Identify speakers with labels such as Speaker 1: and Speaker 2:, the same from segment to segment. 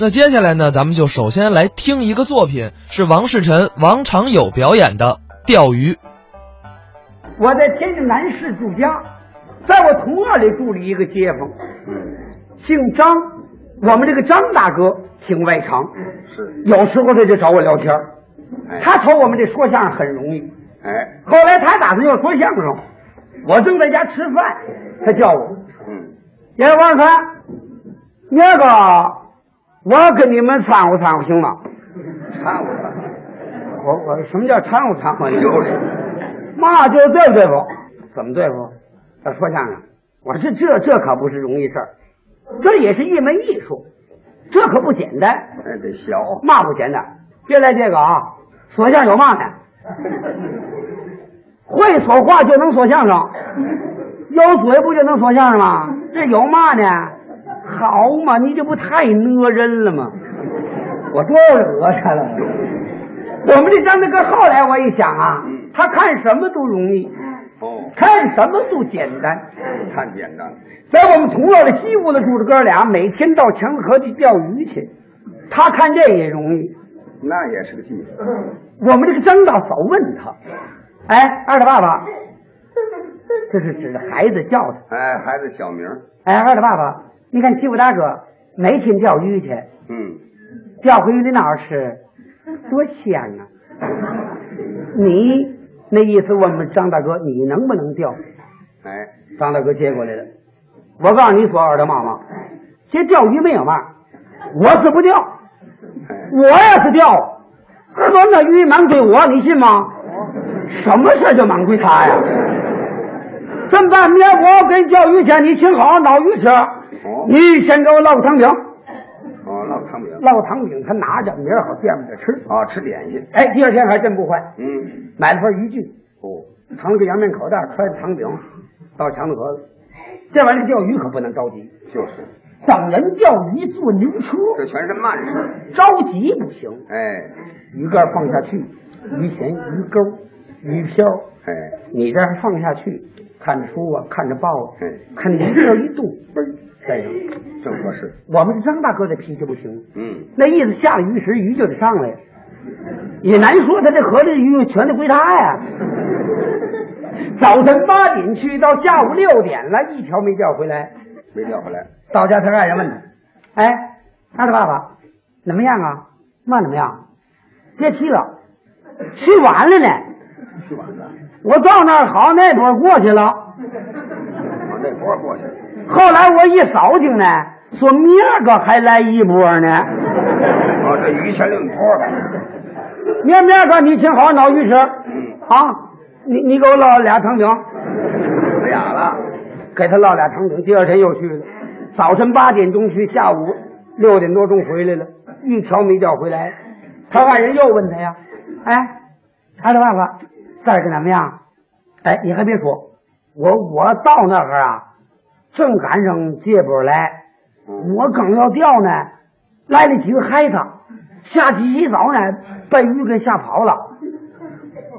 Speaker 1: 那接下来呢，咱们就首先来听一个作品，是王世臣、王长友表演的《钓鱼》。
Speaker 2: 我在天津南市住家，在我同院里住了一个街坊，
Speaker 3: 嗯
Speaker 2: 姓张。我们这个张大哥挺外长，
Speaker 3: 是，
Speaker 2: 有时候他就找我聊天儿。
Speaker 3: 哎
Speaker 2: 他瞅我们这说相声很容易，
Speaker 3: 哎，
Speaker 2: 后来他打算要说相声，我正在家吃饭，他叫我，
Speaker 3: 嗯，
Speaker 2: 爷王三，那个我跟你们掺和掺和行吗？
Speaker 3: 看我吧，
Speaker 2: 我我什么叫掺和掺和？你
Speaker 3: 就是，
Speaker 2: 嘛就对付对付，怎么对付？要说相声，我说这这可不是容易事儿，这也是一门艺术，这可不简单，
Speaker 3: 哎，得小，
Speaker 2: 嘛不简单。别来这个啊，说相声有嘛呢？会说话就能说相声，有嘴不就能说相声吗？这有嘛呢？好嘛，你这不太讹人了吗？我多惹他了。我们这张大哥后来我一想啊，他看什么都容易，
Speaker 3: 哦，
Speaker 2: 看什么都简单。
Speaker 3: 看简单，
Speaker 2: 在我们同院的西屋子住着哥俩，每天到墙河去钓鱼去。他看这也容易。
Speaker 3: 那也是个技术，
Speaker 2: 我们这个张大嫂问他：“哎，二他爸爸，这是指着孩子叫他。
Speaker 3: 哎，孩子小名儿，
Speaker 2: 哎，二他爸爸，你看欺负大哥，每天钓鱼去，
Speaker 3: 嗯，
Speaker 2: 钓回鱼的脑吃，多香啊！你那意思，我们张大哥，你能不能钓？”
Speaker 3: 哎，
Speaker 2: 张大哥接过来了。我告诉你，左耳朵妈妈，这钓鱼没有嘛，我是不钓，
Speaker 3: 哎，
Speaker 2: 我要是钓，可那鱼满归我，你信吗？什么事儿就满归他呀？这么办，明儿我给你钓鱼去，你请好捞鱼吃。你先给我烙个糖饼，
Speaker 3: 哦，烙汤饼，
Speaker 2: 烙个糖饼，他拿着，明儿好惦记着吃。
Speaker 3: 啊，吃点心，
Speaker 2: 哎，第二天还真不坏，
Speaker 3: 嗯，
Speaker 2: 买了份鱼具，
Speaker 3: 哦，
Speaker 2: 扛了个洋面口袋，揣着糖饼，到墙头河。这玩意儿钓鱼可不能着急，
Speaker 3: 就是，
Speaker 2: 等人钓鱼坐牛车，
Speaker 3: 这全是慢事儿，
Speaker 2: 着急不行。
Speaker 3: 哎，
Speaker 2: 鱼竿放下去，鱼钳、鱼钩、鱼漂，
Speaker 3: 哎，
Speaker 2: 你这儿放下去，看着书啊，看着报啊
Speaker 3: 嗯，
Speaker 2: 看着一动一动，嘣儿带上。
Speaker 3: 正合适，
Speaker 2: 我们张大哥这脾气不行，
Speaker 3: 嗯，
Speaker 2: 那意思下了鱼时鱼就得上来呀，也难说他这河里的鱼全得归他呀。早晨八点去到下午六点了，一条没钓回来。
Speaker 3: 没钓回来，
Speaker 2: 到家他爱人问他：“哎，二的爸爸怎么样啊？嘛怎么样？别提了，去晚了呢。
Speaker 3: 去晚了，
Speaker 2: 我到那儿好那会儿过去了。”
Speaker 3: 往那波儿过去了，
Speaker 2: 后来我一扫听呢，说明儿个还来一波呢。
Speaker 3: 哦，这鱼全另坡了，
Speaker 2: 明儿明儿个你请好脑鱼吃
Speaker 3: 嗯
Speaker 2: 啊！你你给我烙俩糖饼，
Speaker 3: 吃俩了，
Speaker 2: 给他烙俩糖饼。第二天又去了，早晨八点钟去，下午六点多钟回来了，一条没钓回来。他外人又问他呀，哎，他的爸爸这儿怎么样？哎，你还别说，我我到那儿啊，正赶上接波来。
Speaker 3: 嗯，
Speaker 2: 我刚要钓呢，来了几个孩子，下去洗澡呢，被鱼给吓跑了。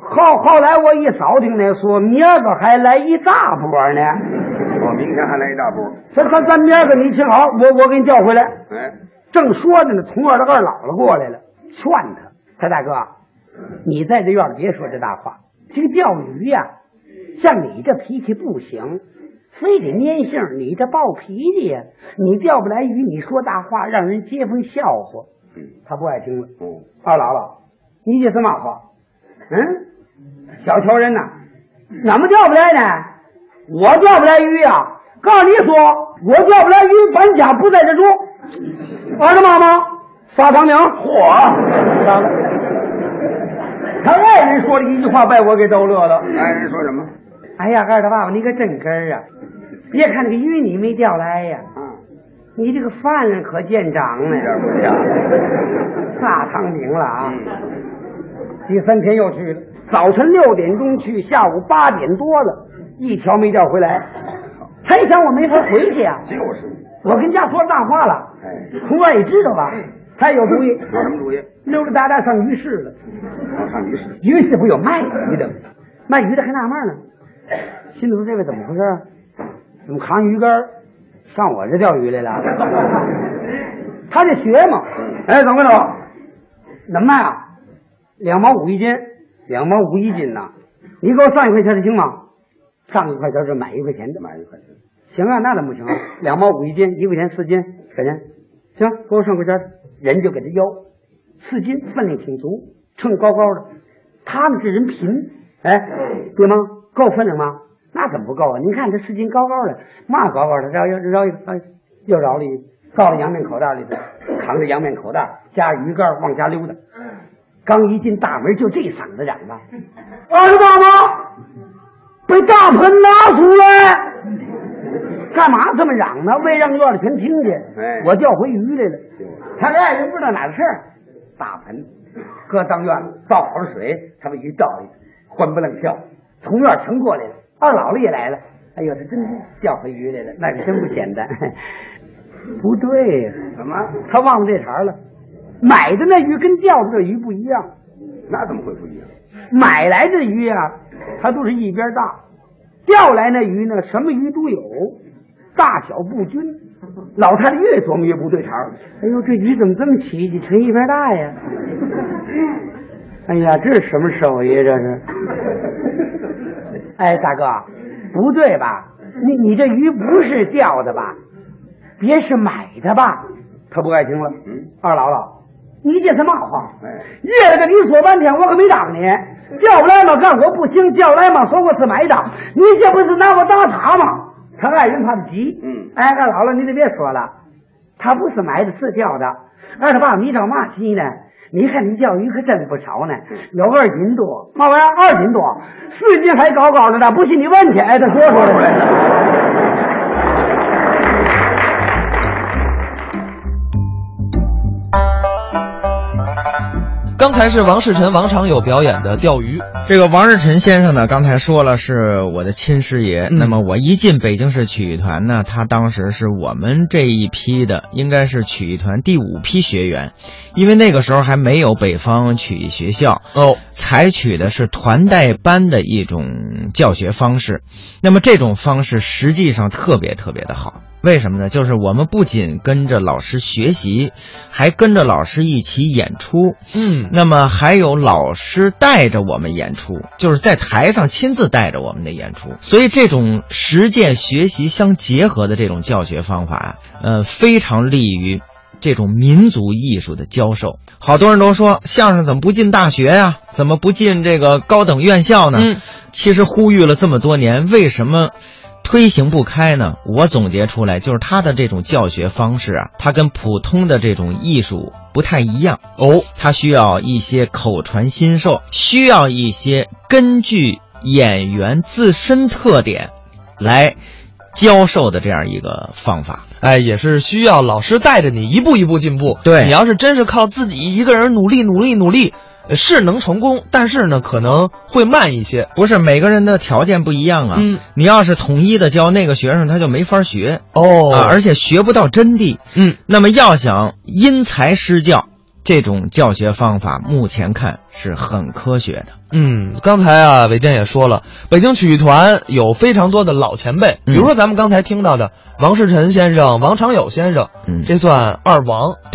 Speaker 2: 后后来我一扫听呢，说明儿个还来一大波呢。
Speaker 3: 我明天还来一大波儿，
Speaker 2: 咱咱咱明儿个你请好，我我给你调回来。
Speaker 3: 哎，
Speaker 2: 正说着呢，同院的二姥姥过来了，劝他：“他大哥，你在这院里别说这大话。这个钓鱼呀、啊像你这脾气不行，非得粘性儿，你这暴脾气呀，你钓不来鱼，你说大话，让人街坊笑话。”
Speaker 3: 嗯，
Speaker 2: 他不爱听了。
Speaker 3: 哦，
Speaker 2: 二姥姥，你这是嘛话？嗯，小瞧人呐，怎么钓不来呢？我钓不来鱼呀、告诉你说，我钓不来鱼，本家不在这住。儿子妈妈，发长明，
Speaker 3: 嚯，
Speaker 2: 完了。他外人说了一句话，把我给逗乐了。
Speaker 3: 爱人说什么？
Speaker 2: 哎呀，二他爸爸，你可真根儿啊！别看这个鱼你没钓来呀，
Speaker 3: 啊，
Speaker 2: 你这个饭量可见长
Speaker 3: 一
Speaker 2: 了呀
Speaker 3: 点，不像。
Speaker 2: 大汤饼了啊！
Speaker 3: 嗯，
Speaker 2: 第三天又去了，早晨六点钟去，下午八点多了，一条没钓回来。他一想我没法回去啊，
Speaker 3: 就是。
Speaker 2: 我跟家说大话了，
Speaker 3: 哎，
Speaker 2: 红外也知道吧？他有主意，
Speaker 3: 有什么主意？
Speaker 2: 溜溜达达上鱼市了。
Speaker 3: 我上 鱼市。
Speaker 2: 鱼市不有卖鱼的吗？卖鱼的还纳闷呢，心里说这位怎么回事啊？怎么扛鱼竿儿上我这钓鱼来了？他这学嘛。
Speaker 3: 嗯
Speaker 2: 哎，怎么着？怎么卖啊？两毛五一斤，两毛五一斤呐！你给我上一块钱的行吗？上一块钱是买一块钱的，
Speaker 3: 买一块钱，
Speaker 2: 行啊，那怎么不行啊？两毛五一斤，一块钱四斤，可钱，行，给我上块钱，人就给他要四斤，分量挺足，秤高高的。他们这人贫，哎，对吗？够分量吗？那怎么不够啊？您看这四斤高高的，嘛高高的，绕又绕一个，哎，又绕了一个，到了洋面口袋里头，扛着洋面口袋加鱼竿往家溜达。刚一进大门，就这嗓子嚷的：“啊二十大妈，被大盆拿出来！”干嘛这么嚷呢？为让院里全听见。
Speaker 3: 哎
Speaker 2: 我钓回鱼来了
Speaker 3: 行。
Speaker 2: 他哎这爱人不知道哪儿的事儿，大盆搁当院里倒好了水，他把鱼倒里，欢不愣跳，从院儿全过来了。二老了也来了，哎呦，他真是钓回鱼来了，那可真不简单。不对呀、
Speaker 3: 怎么？
Speaker 2: 他忘了这茬了。买的那鱼跟钓的这鱼不一样，
Speaker 3: 那怎么会不一样？
Speaker 2: 买来的鱼啊，它都是一边大；钓来那鱼呢，什么鱼都有，大小不均。老太太越琢磨越不对茬儿哎呦，这鱼怎么这么奇迹，成一边大呀？ 哎呀，这是什么手艺？啊这是？ 哎，大哥，不对吧？你你这鱼不是钓的吧？别是买的吧？他不爱听了。
Speaker 3: 嗯，
Speaker 2: 二姥姥，你这是嘛话？
Speaker 3: 哎
Speaker 2: 越了个你说半天，我可没当你。叫不来嘛，干活不行；叫来嘛，说我是买的。你这不是拿我当他吗？他爱人怕他急。
Speaker 3: 嗯
Speaker 2: 哎，二姥姥，你就别说了，他不是买的，是叫的。二他爸，你着嘛急呢？你看你钓鱼可真不少呢，有二斤多，嘛玩意儿二斤多，四斤还高高的呢。不信你问去，哎，他说出来了。
Speaker 1: 刚才是王世臣、王长友表演的钓鱼。
Speaker 4: 这个王日晨先生呢，刚才说了是我的亲师爷。
Speaker 1: 嗯
Speaker 4: 那么我一进北京市曲艺团呢，他当时是我们这一批的，应该是曲艺团第五批学员，因为那个时候还没有北方曲艺学校，
Speaker 1: 哦，
Speaker 4: 采取的是团带班的一种教学方式。那么这种方式实际上特别特别的好，为什么呢？就是我们不仅跟着老师学习，还跟着老师一起演出。
Speaker 1: 嗯，
Speaker 4: 那么还有老师带着我们演出，就是在台上亲自带着我们的演出，所以这种实践学习相结合的这种教学方法，呃，非常利于这种民族艺术的教授。好多人都说相声怎么不进大学呀、怎么不进这个高等院校呢？
Speaker 1: 嗯，
Speaker 4: 其实呼吁了这么多年，为什么？推行不开呢，我总结出来就是他的这种教学方式啊，它跟普通的这种艺术不太一样。
Speaker 1: 哦，
Speaker 4: 它需要一些口传心授，需要一些根据演员自身特点来教授的这样一个方法。
Speaker 1: 哎，也是需要老师带着你一步一步进步。
Speaker 4: 对
Speaker 1: 你要是真是靠自己一个人努力努力努力，呃是能成功，但是呢，可能会慢一些。
Speaker 4: 不是每个人的条件不一样啊，
Speaker 1: 嗯
Speaker 4: 你要是统一的教那个学生，他就没法学、
Speaker 1: 哦
Speaker 4: 啊，而且学不到真谛。
Speaker 1: 嗯，
Speaker 4: 那么要想因材施教，这种教学方法目前看是很科学的。
Speaker 1: 嗯，刚才啊，伟健也说了，北京曲艺团有非常多的老前辈，比
Speaker 4: 嗯
Speaker 1: 如说咱们刚才听到的王世臣先生、王长友先生，
Speaker 4: 嗯
Speaker 1: 这算二王。